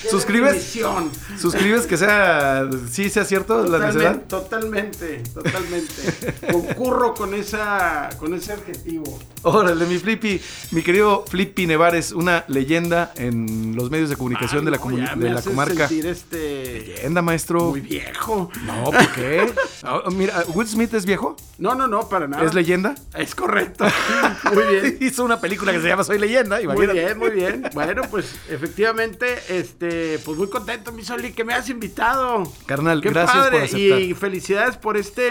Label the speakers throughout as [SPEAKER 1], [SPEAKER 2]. [SPEAKER 1] Qué
[SPEAKER 2] ¿Suscribes?
[SPEAKER 1] definición.
[SPEAKER 2] ¿Suscribes que sea. Sí, sea cierto la
[SPEAKER 1] Totalmente,
[SPEAKER 2] necedad?
[SPEAKER 1] totalmente, totalmente. Concurro con esa con ese adjetivo.
[SPEAKER 2] Órale, mi Flippy, mi querido Flippy Nevares, una leyenda en los medios de comunicación de la,
[SPEAKER 1] Ay, no,
[SPEAKER 2] comuni-
[SPEAKER 1] ya
[SPEAKER 2] de
[SPEAKER 1] me
[SPEAKER 2] la
[SPEAKER 1] haces
[SPEAKER 2] comarca.
[SPEAKER 1] sentir, este
[SPEAKER 2] Leyenda, maestro.
[SPEAKER 1] muy viejo.
[SPEAKER 2] No, ¿por qué? Ah, Mira, ¿Will Smith es viejo?
[SPEAKER 1] No, no, no, para nada.
[SPEAKER 2] ¿Es leyenda?
[SPEAKER 1] Es correcto. Ah. Muy bien.
[SPEAKER 2] Hizo una película que se llama Soy Leyenda,
[SPEAKER 1] Muy
[SPEAKER 2] imagínate.
[SPEAKER 1] bien, muy bien. Bueno, pues efectivamente, este, pues muy contento, mi Soli, que me has invitado.
[SPEAKER 2] Carnal,
[SPEAKER 1] Qué
[SPEAKER 2] gracias por
[SPEAKER 1] padre,
[SPEAKER 2] aceptar.
[SPEAKER 1] Y felicidades por este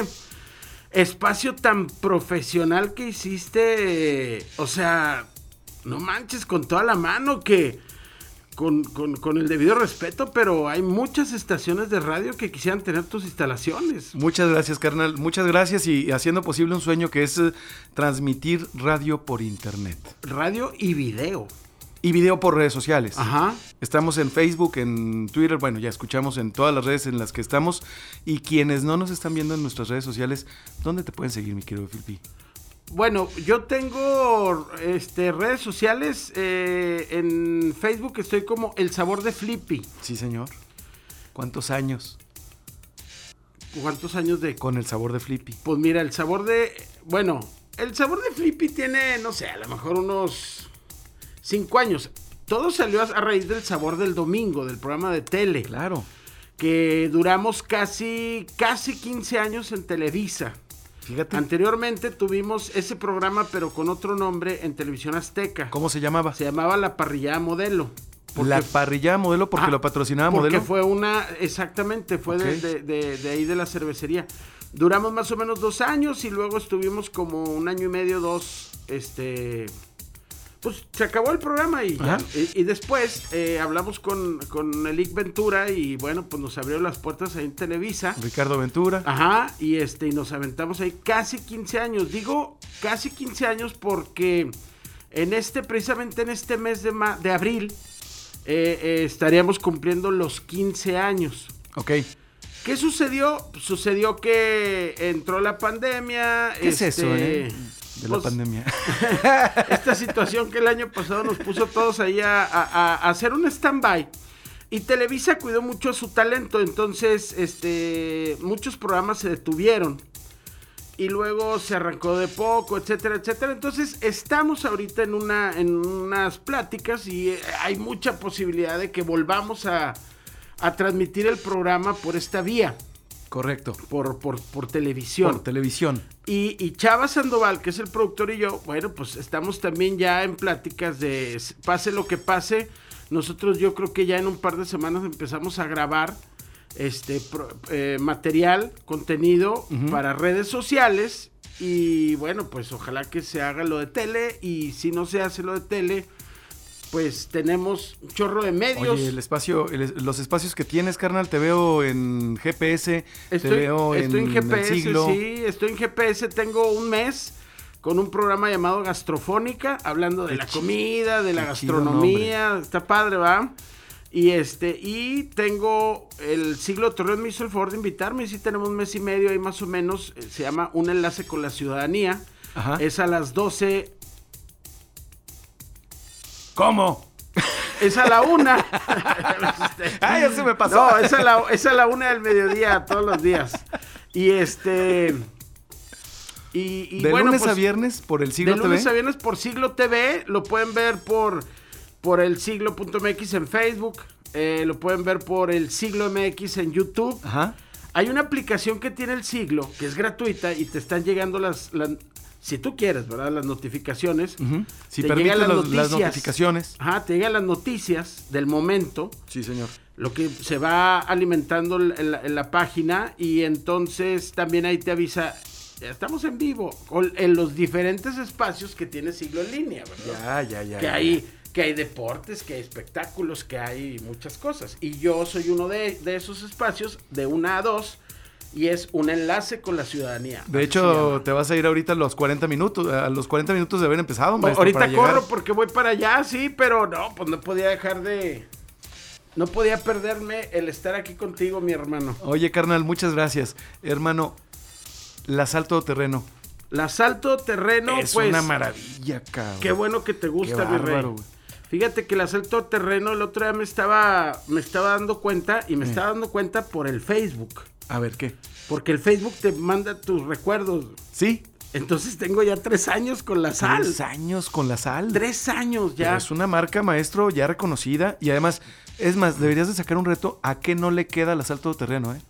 [SPEAKER 1] espacio tan profesional que hiciste. O sea, no manches con toda la mano que. Con, con- con el debido respeto, pero hay muchas estaciones de radio que quisieran tener tus instalaciones.
[SPEAKER 2] Muchas gracias, carnal. Muchas gracias y haciendo posible un sueño que es eh, transmitir radio por internet
[SPEAKER 1] Radio y video.
[SPEAKER 2] y video por redes sociales.
[SPEAKER 1] Ajá.
[SPEAKER 2] Estamos en Facebook, en Twitter, bueno, ya escuchamos en todas las redes en las que estamos. Y quienes no nos están viendo en nuestras redes sociales, ¿dónde te pueden seguir, mi querido Filpi?
[SPEAKER 1] Bueno, yo tengo este, redes sociales. eh, en Facebook estoy como El Sabor de Flippy.
[SPEAKER 2] Sí, señor. ¿Cuántos años
[SPEAKER 1] ¿Cuántos años de
[SPEAKER 2] con el sabor de Flippy?
[SPEAKER 1] Pues mira, el sabor de. Bueno, el sabor de Flippy tiene, no sé, a lo mejor unos 5 años. Todo salió a a raíz del sabor del domingo, del programa de tele.
[SPEAKER 2] Claro.
[SPEAKER 1] Que duramos casi, casi 15 años en Televisa.
[SPEAKER 2] Fíjate.
[SPEAKER 1] Anteriormente tuvimos ese programa, pero con otro nombre en Televisión Azteca.
[SPEAKER 2] ¿Cómo se llamaba?
[SPEAKER 1] Se llamaba La Parrillada Modelo. porque
[SPEAKER 2] La parrillada modelo porque
[SPEAKER 1] Ah,
[SPEAKER 2] lo patrocinaba
[SPEAKER 1] porque
[SPEAKER 2] modelo.
[SPEAKER 1] fue una, exactamente, fue de-
[SPEAKER 2] Ok.
[SPEAKER 1] de, de- de ahí de la cervecería. Duramos más o menos dos años y luego estuvimos como un año y medio, dos, este... Pues se acabó el programa y, ya.
[SPEAKER 2] Ajá.
[SPEAKER 1] y, y después eh, hablamos con, con Elick Ventura y bueno, pues nos abrió las puertas ahí en Televisa.
[SPEAKER 2] Ricardo Ventura.
[SPEAKER 1] Ajá, y este, y nos aventamos ahí casi 15 años. Digo casi 15 años porque en este, precisamente en este mes de, ma- de abril, eh, eh, estaríamos cumpliendo los 15 años.
[SPEAKER 2] Ok.
[SPEAKER 1] ¿Qué sucedió? Sucedió que entró la pandemia.
[SPEAKER 2] ¿Qué es eso,
[SPEAKER 1] este,
[SPEAKER 2] eh? De la
[SPEAKER 1] pues,
[SPEAKER 2] pandemia.
[SPEAKER 1] esta situación que el año pasado nos puso todos ahí a, a- a hacer un stand-by. Y Televisa cuidó mucho su talento, entonces este, muchos programas se detuvieron. Y luego se arrancó de poco, etcétera, etcétera. Entonces estamos ahorita en, una, en unas pláticas y eh, hay mucha posibilidad de que volvamos a, a transmitir el programa por esta vía,
[SPEAKER 2] Correcto.
[SPEAKER 1] por, por, por televisión.
[SPEAKER 2] Por televisión.
[SPEAKER 1] Y, y Chava Sandoval, que es el productor y yo, bueno, pues estamos también ya en pláticas de s- pase lo que pase. Nosotros yo creo que ya en un par de semanas empezamos a grabar este pro- eh, material, contenido para redes sociales. Y bueno, pues ojalá que se haga lo de tele. Y si no se hace lo de tele, pues tenemos un chorro de medios.
[SPEAKER 2] Oye, el espacio, el- los espacios que tienes, carnal, te veo en GPS, te
[SPEAKER 1] Estoy,
[SPEAKER 2] veo
[SPEAKER 1] estoy en,
[SPEAKER 2] en, el
[SPEAKER 1] GPS,
[SPEAKER 2] siglo.
[SPEAKER 1] sí, estoy en GPS, tengo un mes con un programa llamado Gastrofónica, hablando de
[SPEAKER 2] Qué
[SPEAKER 1] la
[SPEAKER 2] chi-
[SPEAKER 1] comida, de la
[SPEAKER 2] qué chido
[SPEAKER 1] gastronomía, está padre, ¿va? Y este, y tengo el siglo Torreón me hizo el favor de invitarme, y sí tenemos un mes y medio ahí más o menos, eh, se llama Un Enlace con la Ciudadanía,
[SPEAKER 2] Ajá.
[SPEAKER 1] es a las 12,
[SPEAKER 2] ¿Cómo?
[SPEAKER 1] es a la una. Este,
[SPEAKER 2] Ah, ya se me pasó.
[SPEAKER 1] No, es a, la, es a la una del mediodía, todos los días. Y este. Y, y
[SPEAKER 2] de
[SPEAKER 1] bueno,
[SPEAKER 2] lunes a
[SPEAKER 1] pues,
[SPEAKER 2] viernes por el siglo
[SPEAKER 1] De lunes
[SPEAKER 2] TV.
[SPEAKER 1] a viernes por Siglo TV. Lo pueden ver por, por el siglo.mx en Facebook. eh, lo pueden ver por el siglo MX en YouTube.
[SPEAKER 2] Ajá.
[SPEAKER 1] Hay una aplicación que tiene el siglo, que es gratuita y te están llegando las. las- si tú quieres, ¿verdad? Las notificaciones.
[SPEAKER 2] ujú. Si
[SPEAKER 1] Te
[SPEAKER 2] permites
[SPEAKER 1] llegan
[SPEAKER 2] las, las notificaciones.
[SPEAKER 1] Ajá, te llegan las noticias del momento
[SPEAKER 2] Sí, señor.
[SPEAKER 1] lo que se va alimentando en la, en la página y entonces también ahí te avisa, estamos en vivo, o en los diferentes espacios que tiene Siglo en línea, ¿verdad?
[SPEAKER 2] Ya, ya, ya.
[SPEAKER 1] que
[SPEAKER 2] ya.
[SPEAKER 1] ahí, que hay deportes, que hay espectáculos, que hay muchas cosas. Y yo soy uno de, de esos espacios, de una a dos, y es un enlace con la ciudadanía.
[SPEAKER 2] De hecho, te vas a ir ahorita a los 40 minutos, a los 40 minutos de haber empezado,
[SPEAKER 1] Bueno,
[SPEAKER 2] maestro,
[SPEAKER 1] ahorita
[SPEAKER 2] para
[SPEAKER 1] corro
[SPEAKER 2] llegar.
[SPEAKER 1] porque voy para allá, sí, pero no, pues no podía dejar de. No podía perderme el estar aquí contigo, mi hermano.
[SPEAKER 2] Oye, carnal, muchas gracias. Hermano, el asalto terreno
[SPEAKER 1] La salto terreno,
[SPEAKER 2] es
[SPEAKER 1] pues.
[SPEAKER 2] una maravilla, cabrón.
[SPEAKER 1] Qué bueno que te gusta,
[SPEAKER 2] Qué
[SPEAKER 1] mi rey.
[SPEAKER 2] bárbaro, güey.
[SPEAKER 1] Fíjate que el asalto terreno el otro día me estaba, me estaba dando cuenta y me estaba dando cuenta por el Facebook.
[SPEAKER 2] A ver, ¿qué?
[SPEAKER 1] Porque el Facebook te manda tus recuerdos.
[SPEAKER 2] Sí,
[SPEAKER 1] Entonces tengo ya tres años con la sal.
[SPEAKER 2] tres años con la sal.
[SPEAKER 1] Tres años
[SPEAKER 2] Pero
[SPEAKER 1] ya.
[SPEAKER 2] Es una marca, maestro, ya reconocida. Y además, es más, deberías de sacar un reto a qué no le queda el asalto terreno, ¿eh?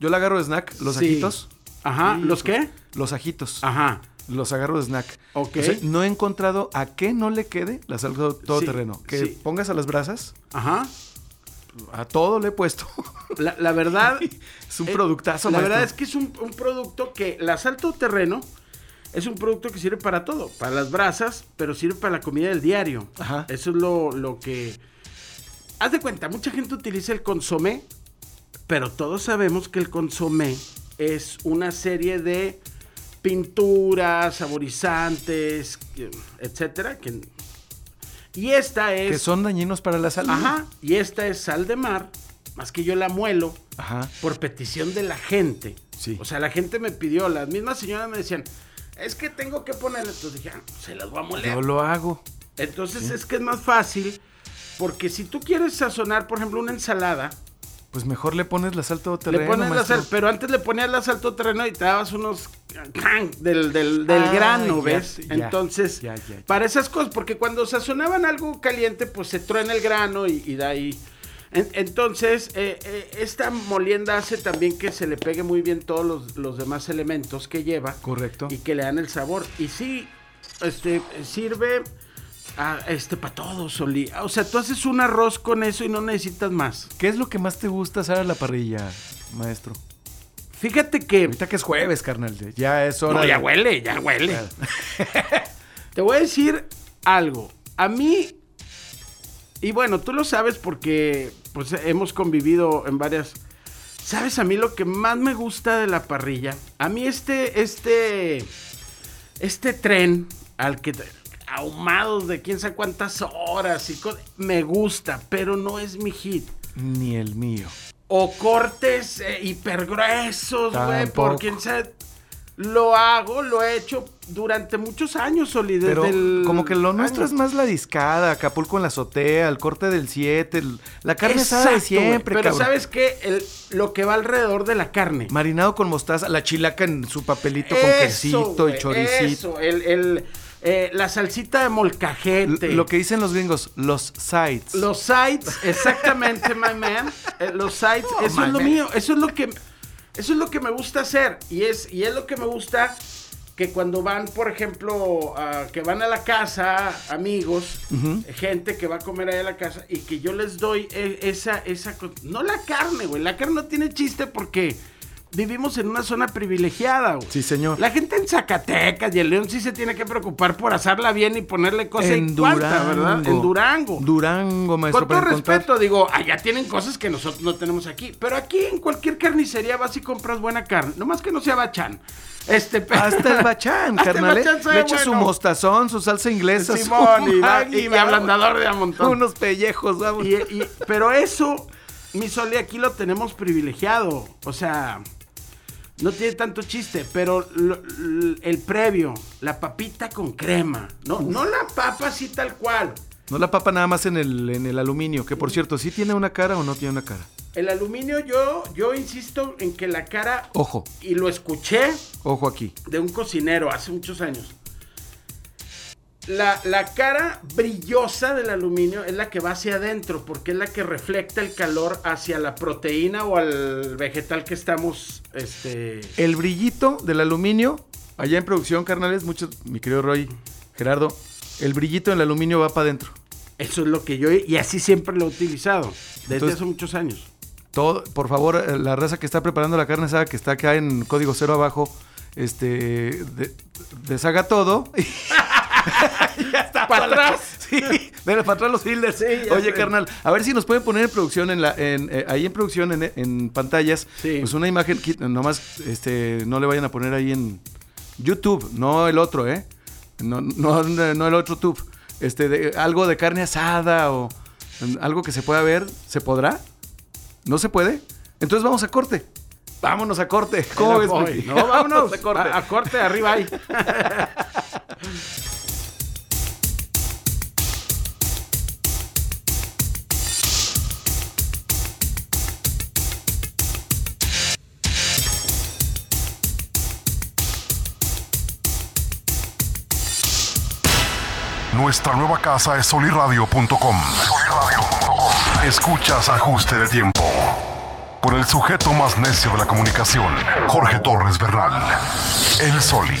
[SPEAKER 2] Yo le agarro de snack, los
[SPEAKER 1] Sí.
[SPEAKER 2] ajitos.
[SPEAKER 1] Ajá.
[SPEAKER 2] Sí,
[SPEAKER 1] ¿Los qué?
[SPEAKER 2] Los ajitos.
[SPEAKER 1] Ajá.
[SPEAKER 2] Los agarro de snack.
[SPEAKER 1] Ok.
[SPEAKER 2] O sea, no he encontrado a qué no le quede la salsa todoterreno.
[SPEAKER 1] Sí,
[SPEAKER 2] que
[SPEAKER 1] sí.
[SPEAKER 2] pongas a las brasas,
[SPEAKER 1] Ajá.
[SPEAKER 2] a todo le he puesto.
[SPEAKER 1] La, la verdad. eh,
[SPEAKER 2] es un productazo,
[SPEAKER 1] La
[SPEAKER 2] maestro.
[SPEAKER 1] verdad es que es un, un producto que el asalto terreno es un producto que sirve para todo, para las brasas, pero sirve para la comida del diario.
[SPEAKER 2] Ajá.
[SPEAKER 1] Eso es lo, lo que... Haz de cuenta, mucha gente utiliza el consomé, pero todos sabemos que el consomé es una serie de pinturas, saborizantes, que- etcétera. que- y esta es...
[SPEAKER 2] Que son dañinos para la salud.
[SPEAKER 1] Ajá. Y esta es sal de mar, más que yo la muelo
[SPEAKER 2] Ajá.
[SPEAKER 1] por petición de la gente.
[SPEAKER 2] Sí.
[SPEAKER 1] O sea, la gente me pidió, las mismas señoras me decían, es que tengo que ponerle. Entonces dije, "Ah, se las voy a moler.
[SPEAKER 2] Yo lo hago.
[SPEAKER 1] Entonces es que es más fácil, porque si tú quieres sazonar, por ejemplo, una ensalada,
[SPEAKER 2] Pues mejor le pones la sal todoterreno.
[SPEAKER 1] le pones la
[SPEAKER 2] maestro.
[SPEAKER 1] sal, pero antes le ponías la sal terreno y te dabas unos can del, del, del
[SPEAKER 2] Ah,
[SPEAKER 1] grano,
[SPEAKER 2] ya,
[SPEAKER 1] ¿ves?
[SPEAKER 2] ya,
[SPEAKER 1] Entonces,
[SPEAKER 2] ya, ya, ya.
[SPEAKER 1] para esas cosas, porque cuando sazonaban algo caliente, pues se truena el grano y, y da ahí. En- entonces, eh, eh, esta molienda hace también que se le pegue muy bien todos los, los demás elementos que lleva
[SPEAKER 2] Correcto.
[SPEAKER 1] y que le dan el sabor. Y sí, este, sirve a- este, para todos, Oli. O sea, tú haces un arroz con eso y no necesitas más.
[SPEAKER 2] ¿Qué es lo que más te gusta hacer a la parrilla, maestro?
[SPEAKER 1] Fíjate que...
[SPEAKER 2] Ahorita que es jueves, carnal. Ya es hora.
[SPEAKER 1] No, ya
[SPEAKER 2] de-
[SPEAKER 1] huele, ya huele. Te voy a decir algo. A mí, y bueno, tú lo sabes porque pues, hemos convivido en varias... ¿Sabes a mí lo que más me gusta de la parrilla? A mí este, este, este tren al que ahumados de quién sabe cuántas horas y co- me gusta, pero no es mi hit.
[SPEAKER 2] Ni el mío.
[SPEAKER 1] O cortes eh, hipergruesos, güey,
[SPEAKER 2] Tampoco.
[SPEAKER 1] por quien sea. Lo hago, lo he hecho durante muchos años, Oli. desde
[SPEAKER 2] Pero
[SPEAKER 1] el
[SPEAKER 2] como que lo
[SPEAKER 1] año.
[SPEAKER 2] nuestro es más la discada, Acapulco en la azotea, el corte del 7, la carne asada de
[SPEAKER 1] Exacto, güey,
[SPEAKER 2] siempre,
[SPEAKER 1] Pero
[SPEAKER 2] cabrón.
[SPEAKER 1] ¿sabes qué? El- lo que va alrededor de la carne.
[SPEAKER 2] Marinado con mostaza, la chilaca en su papelito con
[SPEAKER 1] Eso,
[SPEAKER 2] quesito
[SPEAKER 1] güey,
[SPEAKER 2] y choricito.
[SPEAKER 1] Eso, el, el, eh, la salsita de molcajete.
[SPEAKER 2] L- Lo que dicen los gringos, los sides.
[SPEAKER 1] Los sites, exactamente, my man. Eh, los sites,
[SPEAKER 2] Oh,
[SPEAKER 1] eso
[SPEAKER 2] my
[SPEAKER 1] es lo
[SPEAKER 2] man.
[SPEAKER 1] mío, eso es lo que eso es lo que me gusta hacer y es y es lo que me gusta que cuando van, por ejemplo, a- que van a la casa, amigos, gente que va a comer ahí a la casa y que yo les doy e- esa esa co- no la carne, güey, la carne no tiene chiste porque Vivimos en una zona privilegiada, güey.
[SPEAKER 2] Sí, señor.
[SPEAKER 1] La gente en Zacatecas y el León sí se tiene que preocupar por asarla bien y ponerle cosas en
[SPEAKER 2] en
[SPEAKER 1] cuarta,
[SPEAKER 2] Durango.
[SPEAKER 1] ¿verdad? En Durango.
[SPEAKER 2] Durango, maestro.
[SPEAKER 1] Con todo
[SPEAKER 2] para encontrar-
[SPEAKER 1] respeto, digo, allá tienen cosas que nosotros no tenemos aquí. Pero aquí en cualquier carnicería vas y compras buena carne. Nomás que no sea bachán. Este, pero-
[SPEAKER 2] Hasta el Ah, bachán,
[SPEAKER 1] Hasta el
[SPEAKER 2] carnal. ¿eh?
[SPEAKER 1] bachán sabe
[SPEAKER 2] Le echa su
[SPEAKER 1] bueno.
[SPEAKER 2] mostazón, su salsa inglesa, su
[SPEAKER 1] Simón, y, da-
[SPEAKER 2] Maggi,
[SPEAKER 1] y
[SPEAKER 2] vamos.
[SPEAKER 1] ablandador de a montón.
[SPEAKER 2] Unos pellejos, vamos.
[SPEAKER 1] Y- y- pero eso, mi Soli, aquí lo tenemos privilegiado. O sea, no tiene tanto chiste, pero lo- l- el previo, la papita con crema. No, no la papa así tal cual.
[SPEAKER 2] No la papa nada más en el, en el aluminio, que por cierto, ¿sí tiene una cara o no tiene una cara?
[SPEAKER 1] El aluminio, yo, yo insisto en que la cara.
[SPEAKER 2] Ojo,
[SPEAKER 1] Y lo escuché
[SPEAKER 2] ojo aquí.
[SPEAKER 1] de un cocinero hace muchos años. La, la cara brillosa del aluminio es la que va hacia adentro, porque es la que refleja el calor hacia la proteína o al vegetal que estamos. Este.
[SPEAKER 2] El brillito del aluminio, allá en producción, carnales, muchos, mi querido Roy, Gerardo, el brillito del aluminio va para adentro.
[SPEAKER 1] Eso es lo que yo. Y así siempre lo he utilizado. Desde
[SPEAKER 2] Entonces-
[SPEAKER 1] hace muchos años.
[SPEAKER 2] Todo, por favor, eh, la raza que está preparando la carne asada, que está acá en código cero abajo, este, de- deshaga todo ya está.
[SPEAKER 1] ¿Para
[SPEAKER 2] toda la-
[SPEAKER 1] atrás?
[SPEAKER 2] Sí, dale para atrás los fielders.
[SPEAKER 1] Sí, ya
[SPEAKER 2] Oye,
[SPEAKER 1] sé.
[SPEAKER 2] carnal, a ver si nos pueden poner en producción, en la, en, eh, ahí en producción, en, en pantallas,
[SPEAKER 1] Sí.
[SPEAKER 2] pues una imagen, que nomás este, no le vayan a poner ahí en YouTube, no el otro, ¿eh? No, no, no el otro tube. Este, de- algo de carne asada o mm, algo que se pueda ver, ¿se podrá? ¿No se puede? Entonces vamos a corte. Vámonos a corte. ¿Cómo ves,
[SPEAKER 1] Voy,
[SPEAKER 2] Pepe?
[SPEAKER 1] No, vámonos.
[SPEAKER 2] a corte.
[SPEAKER 1] A, a corte, arriba ahí.
[SPEAKER 3] Nuestra nueva casa es soliradio.com. Escuchas ajuste de tiempo. Con el sujeto más necio de la comunicación, Jorge Torres Bernal. El Soli.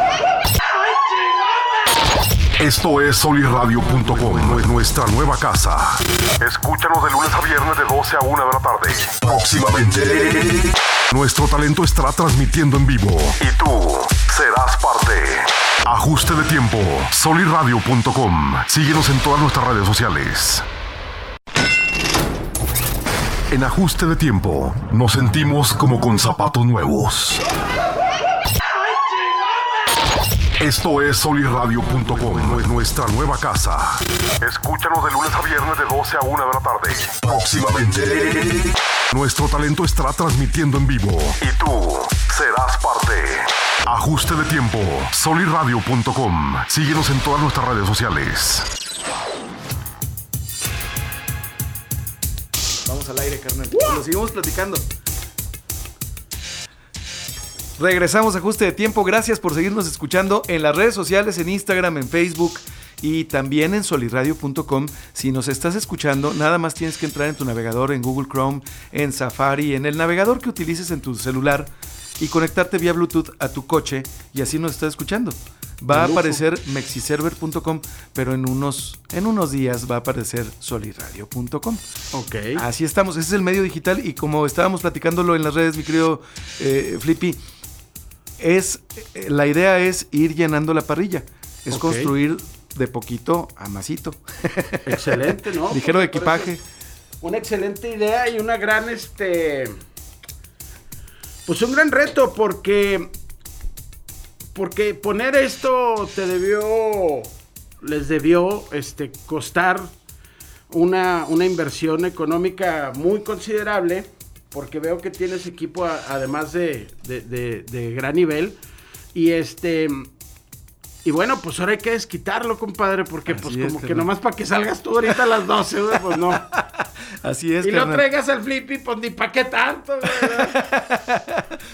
[SPEAKER 3] Esto es solirradio.com, nuestra nueva casa. Escúchanos de lunes a viernes de 12 a 1 de la tarde. Próximamente. Nuestro talento estará transmitiendo en vivo. Y tú serás parte. Ajuste de tiempo. Solirradio.com. Síguenos en todas nuestras redes sociales. En ajuste de tiempo, nos sentimos como con zapatos nuevos. Esto es solirradio.com, nuestra nueva casa. Escúchanos de lunes a viernes de 12 a 1 de la tarde. Próximamente. Nuestro talento estará transmitiendo en vivo. Y tú serás parte. Ajuste de tiempo. Solirradio.com. Síguenos en todas nuestras redes sociales.
[SPEAKER 2] Vamos al aire, carnal. Lo seguimos platicando. Regresamos a ajuste de tiempo. Gracias por seguirnos escuchando en las redes sociales, en Instagram, en Facebook y también en solirradio.com. Si nos estás escuchando, nada más tienes que entrar en tu navegador, en Google Chrome, en Safari, en el navegador que utilices en tu celular y conectarte vía Bluetooth a tu coche y así nos estás escuchando. Va a aparecer mexiserver.com, pero en unos, en unos días va a aparecer solirradio.com.
[SPEAKER 1] Ok.
[SPEAKER 2] Así estamos, ese es el medio digital y como estábamos platicándolo en las redes, mi querido eh, Flippy, es, eh, la idea es ir llenando la parrilla, es
[SPEAKER 1] Ok.
[SPEAKER 2] construir de poquito a masito,
[SPEAKER 1] Excelente, ¿no?
[SPEAKER 2] ligero
[SPEAKER 1] Por-
[SPEAKER 2] de
[SPEAKER 1] por
[SPEAKER 2] equipaje.
[SPEAKER 1] eso es Una excelente idea y una gran, este. Pues un gran reto, porque. Porque poner esto te debió. Les debió este, costar una, una inversión económica muy considerable. Porque veo que tienes equipo a- además de, de- de- de gran nivel. Y este. Y bueno, pues ahora hay que desquitarlo, compadre, porque
[SPEAKER 2] Así
[SPEAKER 1] pues
[SPEAKER 2] es,
[SPEAKER 1] como que
[SPEAKER 2] carnal.
[SPEAKER 1] nomás para que salgas tú ahorita a las 12, güey, pues no.
[SPEAKER 2] Así es.
[SPEAKER 1] y no
[SPEAKER 2] carnal.
[SPEAKER 1] traigas al Flippy, pues ni pa' qué tanto, güey.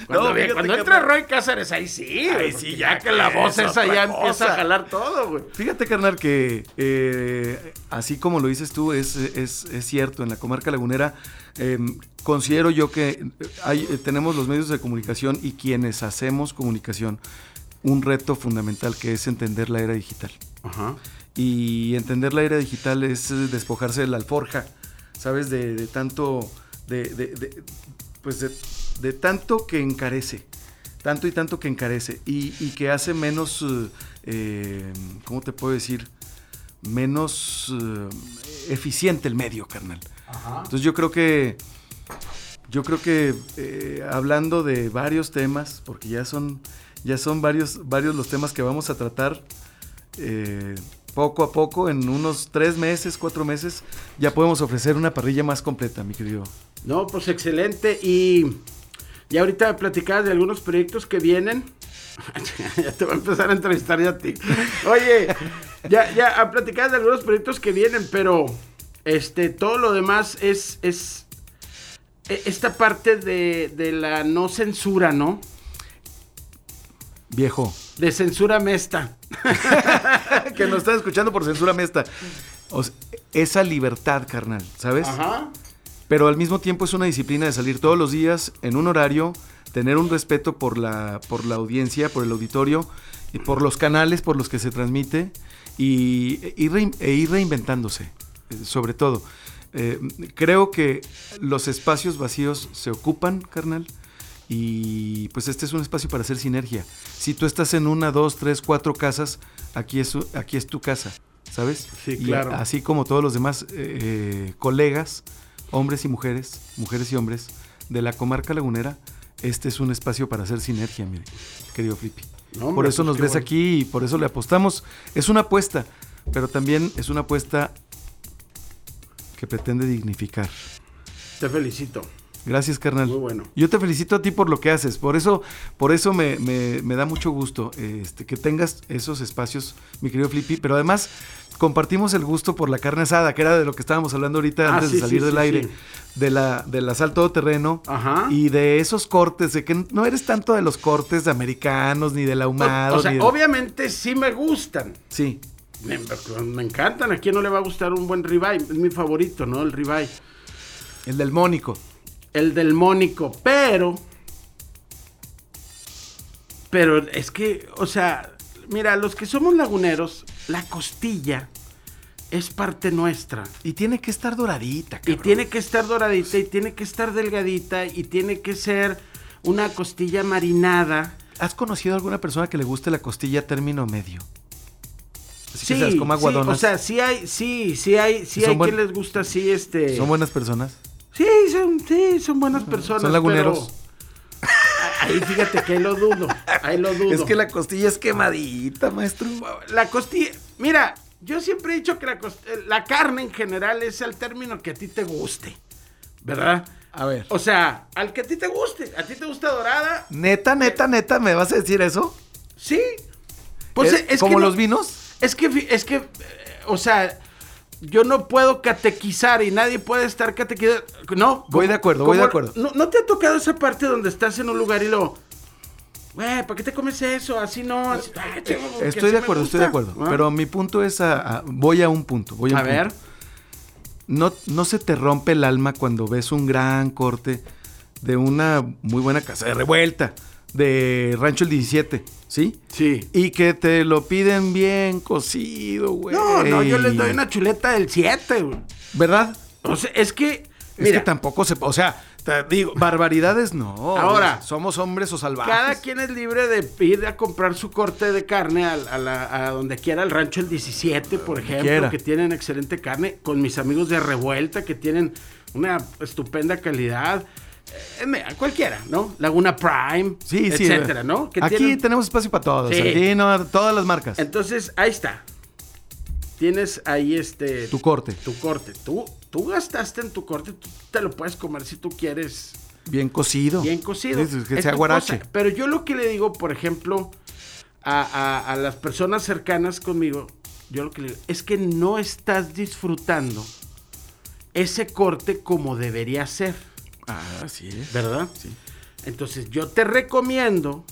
[SPEAKER 1] Cuando,
[SPEAKER 2] No,
[SPEAKER 1] bien,
[SPEAKER 2] fíjate
[SPEAKER 1] cuando
[SPEAKER 2] que-
[SPEAKER 1] entra Roy Cáceres, ahí sí, güey,
[SPEAKER 2] Ahí sí,
[SPEAKER 1] porque
[SPEAKER 2] ya
[SPEAKER 1] ya que la
[SPEAKER 2] es
[SPEAKER 1] voz esa
[SPEAKER 2] otra
[SPEAKER 1] ya
[SPEAKER 2] cosa.
[SPEAKER 1] empieza a jalar todo, güey.
[SPEAKER 2] Fíjate, carnal, que eh, así como lo dices tú, es, es- es cierto, en la comarca lagunera eh, considero yo que hay- eh, tenemos los medios de comunicación y quienes hacemos comunicación un reto fundamental que es entender la era digital.
[SPEAKER 1] Ajá.
[SPEAKER 2] Y entender la era digital es eh, despojarse de la alforja, ¿sabes? De, de tanto. De, de- de- pues de, de tanto que encarece. Tanto y tanto que encarece. Y, y que hace menos. eh, eh, ¿Cómo te puedo decir? Menos eh, eficiente el medio, carnal.
[SPEAKER 1] Ah.
[SPEAKER 2] Entonces yo creo que. Yo creo que eh, hablando de varios temas, porque ya son, ya son varios, varios los temas que vamos a tratar, eh, poco a poco, en unos tres meses, cuatro meses, ya podemos ofrecer una parrilla más completa, mi querido.
[SPEAKER 1] No, pues excelente. Y ya ahorita platicabas de algunos proyectos que vienen. ya te voy a empezar a entrevistar ya a ti. Oye, ya, ya platicabas de algunos proyectos que vienen, pero este, todo lo demás es, es e- esta parte de, de la no censura, ¿no?
[SPEAKER 2] viejo,
[SPEAKER 1] de censura mesta.
[SPEAKER 2] que nos estás escuchando por censura mesta. O sea, esa libertad, carnal, ¿sabes?
[SPEAKER 1] Ajá.
[SPEAKER 2] Pero al mismo tiempo es una disciplina de salir todos los días en un horario, tener un respeto por la, por la audiencia, por el auditorio, y por los canales por los que se transmite y, e ir rein- e ir reinventándose, eh, sobre todo. Eh, creo que los espacios vacíos se ocupan, carnal, y pues este es un espacio para hacer sinergia. Si tú estás en una, dos, tres, cuatro casas, aquí es, u- aquí es tu casa, ¿sabes?
[SPEAKER 1] Sí,
[SPEAKER 2] Y
[SPEAKER 1] claro.
[SPEAKER 2] así como todos los demás eh, eh, colegas, hombres y mujeres, mujeres y hombres de la comarca lagunera, este es un espacio para hacer sinergia, mire, querido Flippy.
[SPEAKER 1] No, hombre,
[SPEAKER 2] por eso
[SPEAKER 1] pues
[SPEAKER 2] nos
[SPEAKER 1] qué
[SPEAKER 2] ves
[SPEAKER 1] bueno.
[SPEAKER 2] aquí y por eso le apostamos. Es una apuesta, pero también es una apuesta que pretende dignificar.
[SPEAKER 1] Te felicito.
[SPEAKER 2] Gracias, carnal.
[SPEAKER 1] Muy bueno.
[SPEAKER 2] Yo te felicito a ti por lo que haces. Por eso, por eso me, me- me da mucho gusto este, que tengas esos espacios, mi querido Flippy. Pero además, compartimos el gusto por la carne asada, que era de lo que estábamos hablando ahorita
[SPEAKER 1] Ah,
[SPEAKER 2] antes
[SPEAKER 1] sí,
[SPEAKER 2] de salir
[SPEAKER 1] sí,
[SPEAKER 2] del
[SPEAKER 1] sí,
[SPEAKER 2] aire.
[SPEAKER 1] sí.
[SPEAKER 2] De la, del asalto todoterreno.
[SPEAKER 1] Ajá.
[SPEAKER 2] Y de esos cortes, de que no eres tanto de los cortes de americanos, ni del
[SPEAKER 1] O-
[SPEAKER 2] ahumado.
[SPEAKER 1] o sea,
[SPEAKER 2] ni de-
[SPEAKER 1] obviamente sí me gustan.
[SPEAKER 2] Sí.
[SPEAKER 1] Me, me encantan. ¿A quién no le va a gustar un buen ribeye? Es mi favorito, ¿no? El ribeye.
[SPEAKER 2] El del Mónico.
[SPEAKER 1] El del Mónico. Pero. Pero es que, o sea, mira, los que somos laguneros, la costilla es parte nuestra.
[SPEAKER 2] Y tiene que estar doradita,
[SPEAKER 1] Y
[SPEAKER 2] cabrón.
[SPEAKER 1] tiene que estar doradita, y tiene que estar delgadita, y tiene que ser una costilla marinada.
[SPEAKER 2] ¿Has conocido a alguna persona que le guste la costilla término medio? Así
[SPEAKER 1] Sí,
[SPEAKER 2] que se las coma
[SPEAKER 1] sí,
[SPEAKER 2] guadonas.
[SPEAKER 1] o sea, sí hay, sí, sí hay, sí
[SPEAKER 2] Son
[SPEAKER 1] hay
[SPEAKER 2] buen-
[SPEAKER 1] quien les gusta así, este.
[SPEAKER 2] Son buenas personas.
[SPEAKER 1] Sí, son, sí, son buenas personas.
[SPEAKER 2] Son laguneros.
[SPEAKER 1] pero- Ahí fíjate que ahí lo dudo. Ahí lo dudo.
[SPEAKER 2] Es que la costilla es quemadita, maestro.
[SPEAKER 1] La costilla. Mira, yo siempre he dicho que la, cos- eh, la carne en general es el término que a ti te guste. ¿Verdad?
[SPEAKER 2] A ver.
[SPEAKER 1] O sea, al que a ti te guste. A ti te gusta dorada.
[SPEAKER 2] Neta, neta, neta, ¿me vas a decir eso?
[SPEAKER 1] Sí. Pues
[SPEAKER 2] ¿Es
[SPEAKER 1] eh, es
[SPEAKER 2] ¿Como
[SPEAKER 1] que no-
[SPEAKER 2] los vinos?
[SPEAKER 1] Es que, fi- es que, eh, o sea, yo no puedo catequizar y nadie puede estar catequizando. No.
[SPEAKER 2] Voy de acuerdo, voy de acuerdo.
[SPEAKER 1] ¿no, no te ha tocado esa parte donde estás en un lugar y lo... Güey, ¿para qué te comes eso? Así no, así... "Ay, tengo
[SPEAKER 2] Estoy
[SPEAKER 1] que así
[SPEAKER 2] de
[SPEAKER 1] me
[SPEAKER 2] acuerdo,
[SPEAKER 1] gusta".
[SPEAKER 2] estoy de acuerdo.
[SPEAKER 1] Ah.
[SPEAKER 2] Pero mi punto es a, a- voy a un punto. Voy a,
[SPEAKER 1] A
[SPEAKER 2] un
[SPEAKER 1] ver,
[SPEAKER 2] punto. No, no se te rompe el alma cuando ves un gran corte de una muy buena casa de revuelta de Rancho el 17, ¿sí?
[SPEAKER 1] sí.
[SPEAKER 2] Y que te lo piden bien cocido, güey.
[SPEAKER 1] No, no, yo les doy una chuleta del 7, güey.
[SPEAKER 2] ¿Verdad?
[SPEAKER 1] O sea, es que...
[SPEAKER 2] Es que
[SPEAKER 1] Mira,
[SPEAKER 2] tampoco se. O sea, te digo, barbaridades no.
[SPEAKER 1] Ahora.
[SPEAKER 2] Somos hombres o salvajes.
[SPEAKER 1] cada quien es libre de ir a comprar su corte de carne al- a, la- a donde quiera, al rancho el 17, por ejemplo,
[SPEAKER 2] quiera.
[SPEAKER 1] que tienen excelente carne, con mis amigos de Revuelta, que tienen una estupenda calidad. Eh, mira, cualquiera, ¿no? Laguna Prime,
[SPEAKER 2] Sí, sí.
[SPEAKER 1] etcétera, ¿no? Que
[SPEAKER 2] Aquí
[SPEAKER 1] tienen-
[SPEAKER 2] tenemos espacio para todos.
[SPEAKER 1] Sí.
[SPEAKER 2] Aquí no, todas las marcas.
[SPEAKER 1] Entonces, ahí está. Tienes ahí este.
[SPEAKER 2] Tu corte.
[SPEAKER 1] Tu corte. Tú, tú gastaste en tu corte, tú te lo puedes comer si tú quieres.
[SPEAKER 2] Bien cocido.
[SPEAKER 1] Bien cocido.
[SPEAKER 2] Sí, sí, que
[SPEAKER 1] Es
[SPEAKER 2] sea
[SPEAKER 1] tu
[SPEAKER 2] guarache.
[SPEAKER 1] cosa. Pero yo lo que le digo, por ejemplo, a, a- a las personas cercanas conmigo, yo lo que le digo es que no estás disfrutando ese corte como debería ser,
[SPEAKER 2] Ah, sí.
[SPEAKER 1] ¿verdad? Entonces yo te recomiendo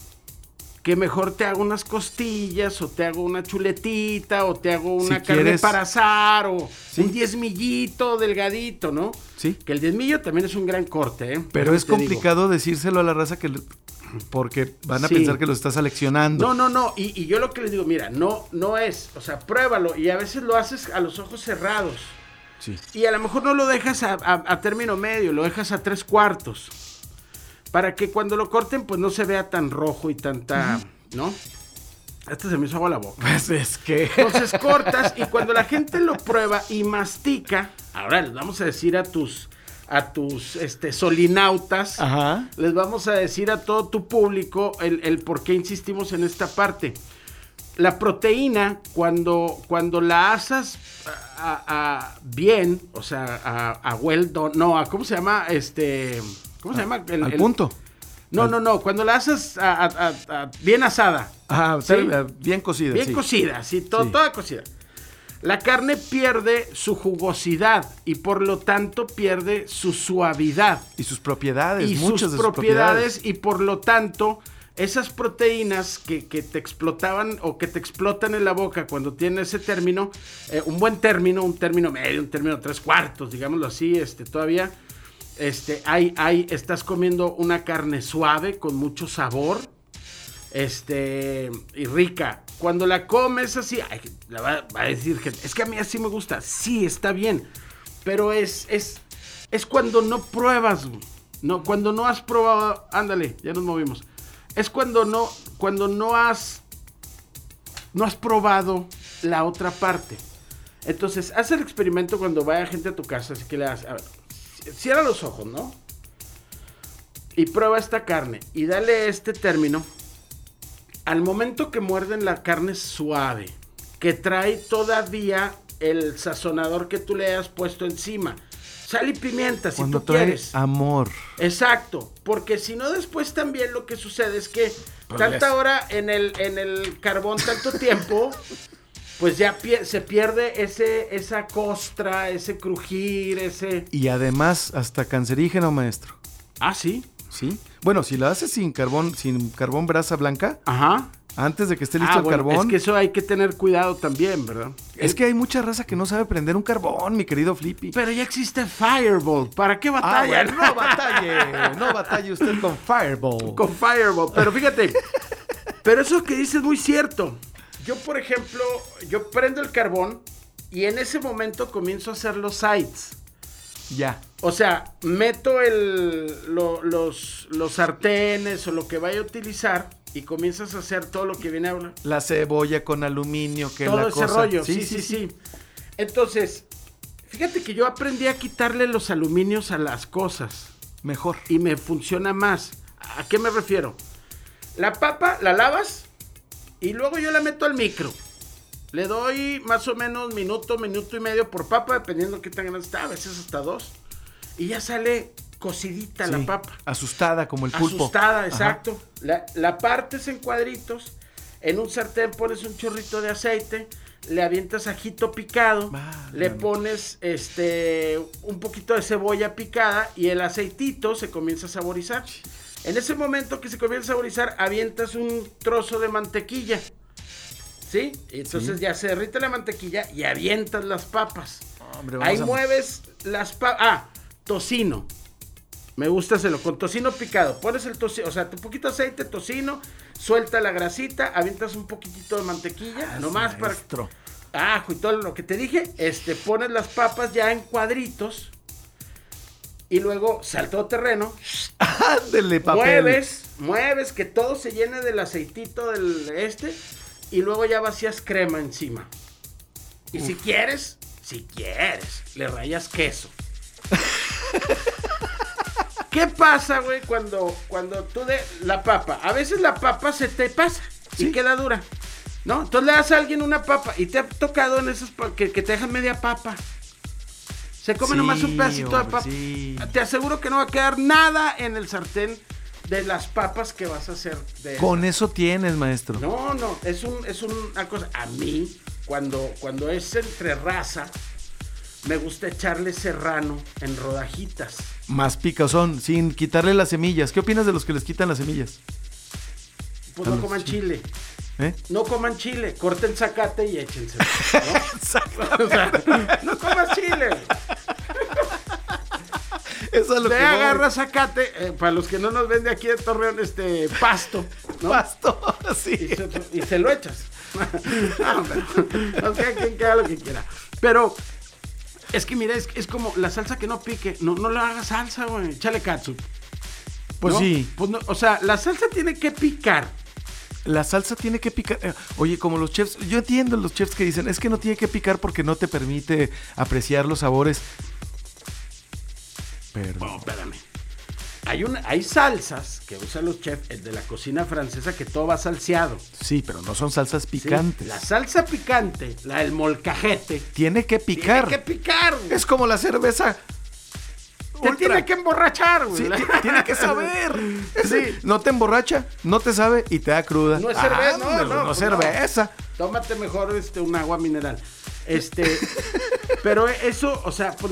[SPEAKER 1] que mejor te hago unas costillas o te hago una chuletita o te hago
[SPEAKER 2] Si
[SPEAKER 1] una carne
[SPEAKER 2] quieres-
[SPEAKER 1] para asar o
[SPEAKER 2] Sí.
[SPEAKER 1] un diezmillito delgadito, ¿no?
[SPEAKER 2] Sí.
[SPEAKER 1] Que el diezmillo también es un gran corte, ¿eh?
[SPEAKER 2] Pero
[SPEAKER 1] Déjame
[SPEAKER 2] es
[SPEAKER 1] te digo.
[SPEAKER 2] complicado decírselo a la raza que. le- Porque van a
[SPEAKER 1] Sí.
[SPEAKER 2] pensar que lo estás seleccionando.
[SPEAKER 1] No, no, no. Y, y yo lo que les digo, mira, no, no es. O sea, pruébalo. Y a veces lo haces a los ojos cerrados.
[SPEAKER 2] Sí.
[SPEAKER 1] Y a lo mejor no lo dejas a, a- a término medio, lo dejas a tres cuartos. Para que cuando lo corten, pues no se vea tan rojo y tanta. ¿No? Hasta se me hizo agua la boca.
[SPEAKER 2] Pues es que.
[SPEAKER 1] Entonces cortas y cuando la gente lo prueba y mastica, ahora les vamos a decir a tus a tus este solinautas,
[SPEAKER 2] Ajá.
[SPEAKER 1] les vamos a decir a todo tu público el, el por qué insistimos en esta parte. La proteína, cuando, cuando la asas a, a- a bien, o sea, a, a well done, no, a, ¿cómo se llama? Este, ¿cómo se llama? El-
[SPEAKER 2] Ah, Al
[SPEAKER 1] el-
[SPEAKER 2] punto.
[SPEAKER 1] No, no, no, cuando la asas a- a- a- a bien asada,
[SPEAKER 2] Ajá,
[SPEAKER 1] Sí.
[SPEAKER 2] tal- bien cocido.
[SPEAKER 1] Bien
[SPEAKER 2] Ah, sí.
[SPEAKER 1] cocida, sí, to-
[SPEAKER 2] Sí.
[SPEAKER 1] toda cocida. La carne pierde su jugosidad y por lo tanto pierde su suavidad
[SPEAKER 2] Y sus propiedades,
[SPEAKER 1] y
[SPEAKER 2] muchas
[SPEAKER 1] sus
[SPEAKER 2] de sus
[SPEAKER 1] propiedades,
[SPEAKER 2] propiedades.
[SPEAKER 1] y por lo tanto esas proteínas que, que te explotaban o que te explotan en la boca cuando tiene ese término, eh, un buen término, un término medio, un término tres cuartos, digámoslo así, este, todavía, este, hay, hay, estás comiendo una carne suave con mucho sabor, este, y rica. Cuando la comes así, ay, la va, va a decir gente, es que a mí así me gusta, sí, está bien, pero es, es, es cuando no pruebas, güey. no, cuando no has probado, ándale, ya nos movimos. Es cuando no, cuando no has, no has probado la otra parte. Entonces, haz el experimento cuando vaya gente a tu casa, así que le das, a ver, cierra los ojos, ¿no? Y prueba esta carne y dale este término. Al momento que muerden la carne suave, que trae todavía el sazonador que tú le has puesto encima. Sal y pimienta si
[SPEAKER 2] Cuando
[SPEAKER 1] tú
[SPEAKER 2] trae
[SPEAKER 1] quieres.
[SPEAKER 2] amor.
[SPEAKER 1] Exacto, porque si no después también lo que sucede es que tanta hora en el, en el carbón, tanto tiempo, pues ya pie- se pierde ese, esa costra, ese crujir, ese...
[SPEAKER 2] Y además, hasta cancerígeno, maestro.
[SPEAKER 1] Ah, sí.
[SPEAKER 2] ¿Sí? Bueno, si la haces sin carbón, sin carbón brasa blanca,
[SPEAKER 1] Ajá.
[SPEAKER 2] antes de que esté listo
[SPEAKER 1] Ah,
[SPEAKER 2] el
[SPEAKER 1] bueno,
[SPEAKER 2] carbón.
[SPEAKER 1] Es que eso hay que tener cuidado también, ¿verdad?
[SPEAKER 2] hay mucha raza que no sabe prender un carbón, mi querido Flippy.
[SPEAKER 1] Pero ya existe Fireball. ¿Para qué
[SPEAKER 2] Ah,
[SPEAKER 1] batalla?
[SPEAKER 2] bueno, no batalle, no batalle usted con Fireball.
[SPEAKER 1] Con Fireball. Pero fíjate, pero eso que dices es muy cierto. Yo, por ejemplo, yo prendo el carbón y en ese momento comienzo a hacer los sides.
[SPEAKER 2] Ya.
[SPEAKER 1] O sea, meto el, lo- los, los sartenes o lo que vaya a utilizar y comienzas a hacer todo lo que viene a hablar.
[SPEAKER 2] La cebolla con aluminio, que
[SPEAKER 1] todo
[SPEAKER 2] la
[SPEAKER 1] ese
[SPEAKER 2] cosa.
[SPEAKER 1] rollo. Sí sí, sí, Entonces, fíjate que yo aprendí a quitarle los aluminios a las cosas
[SPEAKER 2] Mejor.
[SPEAKER 1] y me funciona más. ¿A qué me refiero? La papa la lavas y luego yo la meto al micro. Le doy más o menos minuto, minuto y medio por papa, dependiendo qué tan grande está, a veces hasta dos. Y ya sale cocidita
[SPEAKER 2] Sí.
[SPEAKER 1] la papa.
[SPEAKER 2] Asustada como el pulpo.
[SPEAKER 1] Asustada,
[SPEAKER 2] Ajá.
[SPEAKER 1] exacto. La, la partes en cuadritos. En un sartén pones un chorrito de aceite. Le avientas ajito picado.
[SPEAKER 2] Válgame.
[SPEAKER 1] le pones este un poquito de cebolla picada. Y el aceitito se comienza a saborizar. En ese momento que se comienza a saborizar, avientas un trozo de mantequilla. ¿Sí? Y Entonces
[SPEAKER 2] Sí.
[SPEAKER 1] ya se derrite la mantequilla y avientas las papas.
[SPEAKER 2] Hombre, vamos
[SPEAKER 1] Ahí
[SPEAKER 2] a-
[SPEAKER 1] mueves las papas. Ah, tocino. Me gusta hacerlo con tocino picado. Pones el tocino, o sea, tu poquito aceite, tocino, suelta la grasita, avientas un poquitito de mantequilla,
[SPEAKER 2] Ah,
[SPEAKER 1] nomás para.
[SPEAKER 2] maestro.
[SPEAKER 1] Ajo y todo lo que te dije. Este, pones las papas ya en cuadritos. Y luego saltó terreno.
[SPEAKER 2] Ándele, papel.
[SPEAKER 1] Mueves, mueves, que todo se llene del aceitito del este. Y luego ya vacías crema encima. Y si quieres, si quieres, le rayas queso. ¿Qué pasa, güey, cuando, cuando tú de la papa? A veces la papa se te pasa y queda dura. ¿No? Entonces le das a alguien una papa y te ha tocado en esas pa- que, que te dejan media papa. Se come
[SPEAKER 2] Sí,
[SPEAKER 1] nomás un pedacito de
[SPEAKER 2] hombre,
[SPEAKER 1] papa.
[SPEAKER 2] sí.
[SPEAKER 1] Te aseguro que no va a quedar nada en el sartén de las papas que vas a hacer. De
[SPEAKER 2] Con eso tienes, maestro.
[SPEAKER 1] no, no, es, un, es una cosa. A mí, cuando, cuando es entre raza, me gusta echarle serrano en rodajitas.
[SPEAKER 2] Más picazón, sin quitarle las semillas. ¿Qué opinas de los que les quitan las semillas?
[SPEAKER 1] Pues no
[SPEAKER 2] Ah,
[SPEAKER 1] coman
[SPEAKER 2] sí.
[SPEAKER 1] chile.
[SPEAKER 2] ¿Eh?
[SPEAKER 1] No coman chile. Corten zacate y échense. ¿no? O sea, no comas chile.
[SPEAKER 2] Eso es lo
[SPEAKER 1] Te
[SPEAKER 2] que voy.
[SPEAKER 1] agarra zacate. eh, para los que no nos ven de aquí de Torreón, este pasto. ¿no?
[SPEAKER 2] Pasto,
[SPEAKER 1] y
[SPEAKER 2] sí.
[SPEAKER 1] se, y se lo echas. No, pero, o sea, quien queda lo que quiera. Pero es que mira, es, es como la salsa que no pique. No, no la hagas salsa, güey. Échale katsu.
[SPEAKER 2] Pues sí.
[SPEAKER 1] Pues no, o sea, la salsa tiene que picar.
[SPEAKER 2] La salsa tiene que picar. Eh, Oye, como los chefs, yo entiendo los chefs que dicen, es que no tiene que picar porque no te permite apreciar los sabores. Perdón.
[SPEAKER 1] No, espérame. Hay, una, hay salsas que usan los chefs el de la cocina francesa que todo va salseado. ¿sí?
[SPEAKER 2] Sí, pero no son salsas picantes.
[SPEAKER 1] La salsa picante, la del molcajete.
[SPEAKER 2] Tiene que picar.
[SPEAKER 1] Tiene que picar. güey.
[SPEAKER 2] Es como la cerveza.
[SPEAKER 1] Te
[SPEAKER 2] ultra.
[SPEAKER 1] tiene que emborrachar, güey.
[SPEAKER 2] Sí, ti- tiene que saber.
[SPEAKER 1] Sí.
[SPEAKER 2] No te emborracha, no te sabe y te da cruda.
[SPEAKER 1] No es cerveza, no,
[SPEAKER 2] Ándale,
[SPEAKER 1] no, pues no.
[SPEAKER 2] cerveza.
[SPEAKER 1] Tómate mejor este un agua mineral. Este, pero eso, o sea, pues,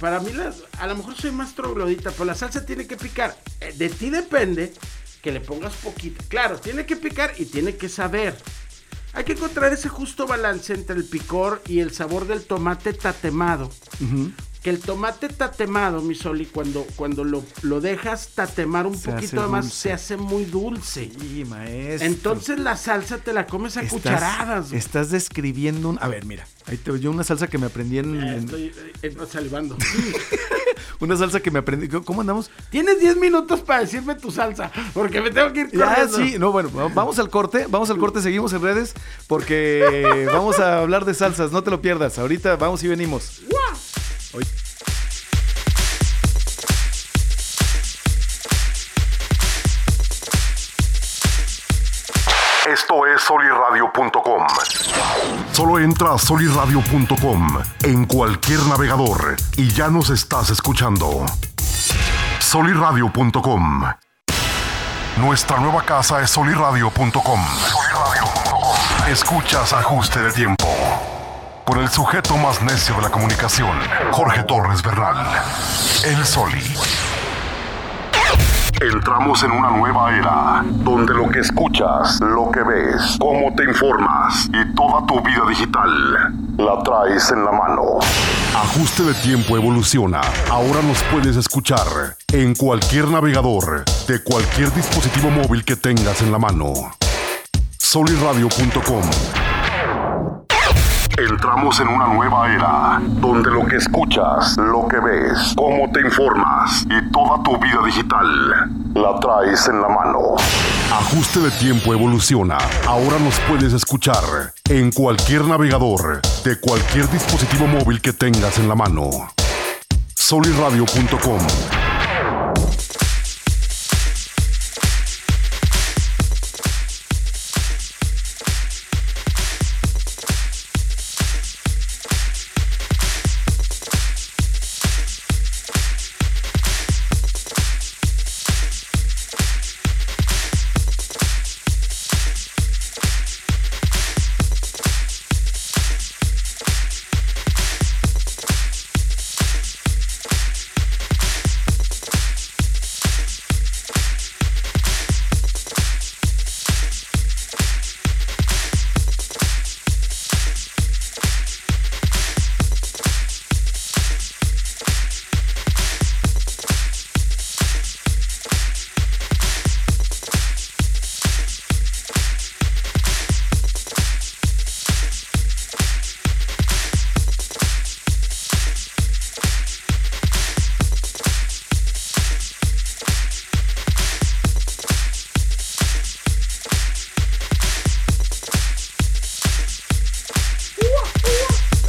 [SPEAKER 1] para mí las- a lo mejor soy más troglodita, pero la salsa tiene que picar. Eh, De ti depende que le pongas poquito. Claro, tiene que picar y tiene que saber. Hay que encontrar ese justo balance entre el picor y el sabor del tomate tatemado. Que el tomate tatemado, mi Soli, cuando, cuando lo, lo dejas tatemar un
[SPEAKER 2] Se hace
[SPEAKER 1] poquito más,
[SPEAKER 2] dulce.
[SPEAKER 1] se hace muy dulce.
[SPEAKER 2] Sí, maestro.
[SPEAKER 1] Entonces la salsa te la comes a
[SPEAKER 2] Estás-
[SPEAKER 1] cucharadas. güey.
[SPEAKER 2] Estás describiendo un. A ver, mira. Ahí te yo una salsa que me aprendí en.
[SPEAKER 1] Eh,
[SPEAKER 2] en-
[SPEAKER 1] Estoy eh, eh, salivando.
[SPEAKER 2] una salsa que me aprendí. ¿Cómo andamos?
[SPEAKER 1] Tienes 10 minutos para decirme tu salsa, porque me tengo que ir
[SPEAKER 2] Ya,
[SPEAKER 1] corriendo.
[SPEAKER 2] sí, no, bueno, va- vamos al corte, vamos al corte, seguimos en redes porque vamos a hablar de salsas, no te lo pierdas. Ahorita vamos y venimos.
[SPEAKER 3] Esto es soliradio.com. Solo entra a soliradio.com en cualquier navegador y ya nos estás escuchando. soliradio.com. Nuestra nueva casa es soliradio.com. Escuchas ajuste de tiempo. Con el sujeto más necio de la comunicación, Jorge Torres Bernal. El Soli. Entramos en una nueva era, donde lo que escuchas, lo que ves, cómo te informas y toda tu vida digital la traes en la mano. Ajuste de tiempo evoluciona. Ahora nos puedes escuchar en cualquier navegador, de cualquier dispositivo móvil que tengas en la mano. Soliradio.com Entramos en una nueva era, donde lo que escuchas, lo que ves, cómo te informas y toda tu vida digital la traes en la mano. Ajuste de tiempo evoluciona. Ahora nos puedes escuchar en cualquier navegador, de cualquier dispositivo móvil que tengas en la mano. Soliradio.com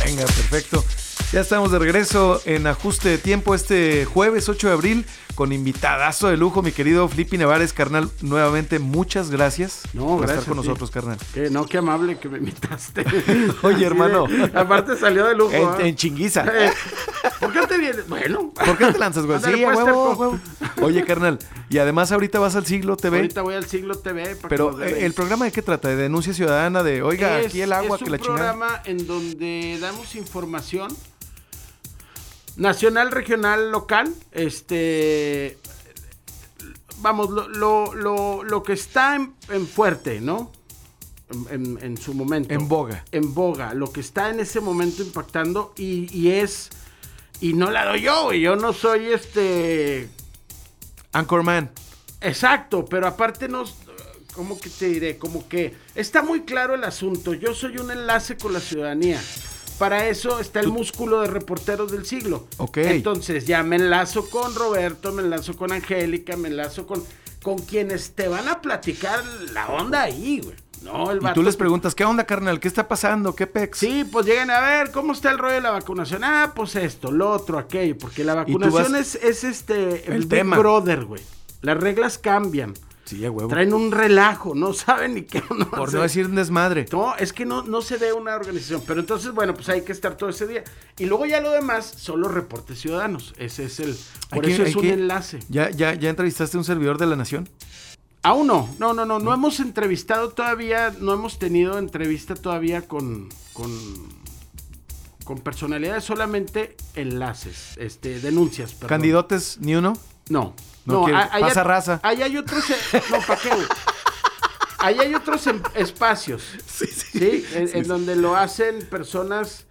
[SPEAKER 2] Venga, perfecto. Ya estamos de regreso en ajuste de tiempo este jueves 8 de abril con invitadazo de lujo, mi querido Flippy Nevares, carnal. Nuevamente, muchas gracias
[SPEAKER 1] No,
[SPEAKER 2] por
[SPEAKER 1] gracias
[SPEAKER 2] estar con
[SPEAKER 1] a ti.
[SPEAKER 2] nosotros, carnal.
[SPEAKER 1] Que no, qué amable que me invitaste.
[SPEAKER 2] Oye,
[SPEAKER 1] Así de-
[SPEAKER 2] hermano.
[SPEAKER 1] aparte salió de lujo.
[SPEAKER 2] En,
[SPEAKER 1] ¿ah?
[SPEAKER 2] en chinguiza.
[SPEAKER 1] Eh, ¿Por qué te vienes? Bueno.
[SPEAKER 2] ¿Por qué te lanzas, güey?
[SPEAKER 1] Ándale,
[SPEAKER 2] Sí, a
[SPEAKER 1] pues,
[SPEAKER 2] huevo, a
[SPEAKER 1] terco.
[SPEAKER 2] huevo. Oye, carnal, y además ahorita vas al siglo TV.
[SPEAKER 1] Ahorita voy al siglo TV. para que
[SPEAKER 2] Pero
[SPEAKER 1] nos
[SPEAKER 2] eh,
[SPEAKER 1] den ahí.
[SPEAKER 2] el programa de qué trata? De denuncia ciudadana, de oiga,
[SPEAKER 1] Es-
[SPEAKER 2] aquí el agua,
[SPEAKER 1] es
[SPEAKER 2] que la
[SPEAKER 1] un
[SPEAKER 2] chingada.
[SPEAKER 1] programa en donde damos información nacional, regional, local. Este. Vamos, lo, lo, lo- lo que está en, en fuerte, ¿no? En, en- en su momento.
[SPEAKER 2] En boga.
[SPEAKER 1] En boga. Lo que está en ese momento impactando y, y es. Y no la doy yo, güey. Yo no soy este.
[SPEAKER 2] Anchorman.
[SPEAKER 1] Exacto, pero aparte nos, ¿cómo que te diré? Como que está muy claro el asunto. Yo soy un enlace con la ciudadanía. Para eso está el músculo de reporteros del siglo.
[SPEAKER 2] Ok.
[SPEAKER 1] Entonces ya me enlazo con Roberto, me enlazo con Angélica, me enlazo con, con quienes te van a platicar la onda ahí, güey. No, el
[SPEAKER 2] Y
[SPEAKER 1] vato
[SPEAKER 2] tú les preguntas, ¿qué onda, carnal? ¿Qué está pasando? ¿Qué pex?
[SPEAKER 1] Sí, pues llegan a ver cómo está el rollo de la vacunación. Ah, pues esto, lo otro, aquello. Porque la
[SPEAKER 2] Y tú vas-
[SPEAKER 1] vacunación es, es este.
[SPEAKER 2] El
[SPEAKER 1] Big
[SPEAKER 2] tema.
[SPEAKER 1] Brother, güey. Las reglas cambian.
[SPEAKER 2] Sí, a huevo.
[SPEAKER 1] Traen un relajo, no saben ni qué. no
[SPEAKER 2] Por
[SPEAKER 1] sé.
[SPEAKER 2] no decir un desmadre.
[SPEAKER 1] No, es que no, no se ve una organización. Pero entonces, bueno, pues hay que estar todo ese día. Y luego ya lo demás son los reportes ciudadanos. Ese es el.
[SPEAKER 2] Hay
[SPEAKER 1] Por
[SPEAKER 2] que-
[SPEAKER 1] eso
[SPEAKER 2] hay
[SPEAKER 1] es un
[SPEAKER 2] que-
[SPEAKER 1] enlace.
[SPEAKER 2] ¿Ya, ya, ¿Ya entrevistaste a un servidor de la nación?
[SPEAKER 1] Aún no, no, no, no, no
[SPEAKER 2] Mm.
[SPEAKER 1] hemos entrevistado todavía, no hemos tenido entrevista todavía con, con, con personalidades, solamente enlaces, este, denuncias, perdón.
[SPEAKER 2] ¿Candidotes? ¿Ni uno?
[SPEAKER 1] No.
[SPEAKER 2] No quiere.
[SPEAKER 1] a- ahí
[SPEAKER 2] Pasa
[SPEAKER 1] hay-
[SPEAKER 2] raza.
[SPEAKER 1] Ahí hay otros. eh, No, ¿para qué, güey? Ahí hay otros em- espacios. Sí, En, en donde lo hacen personas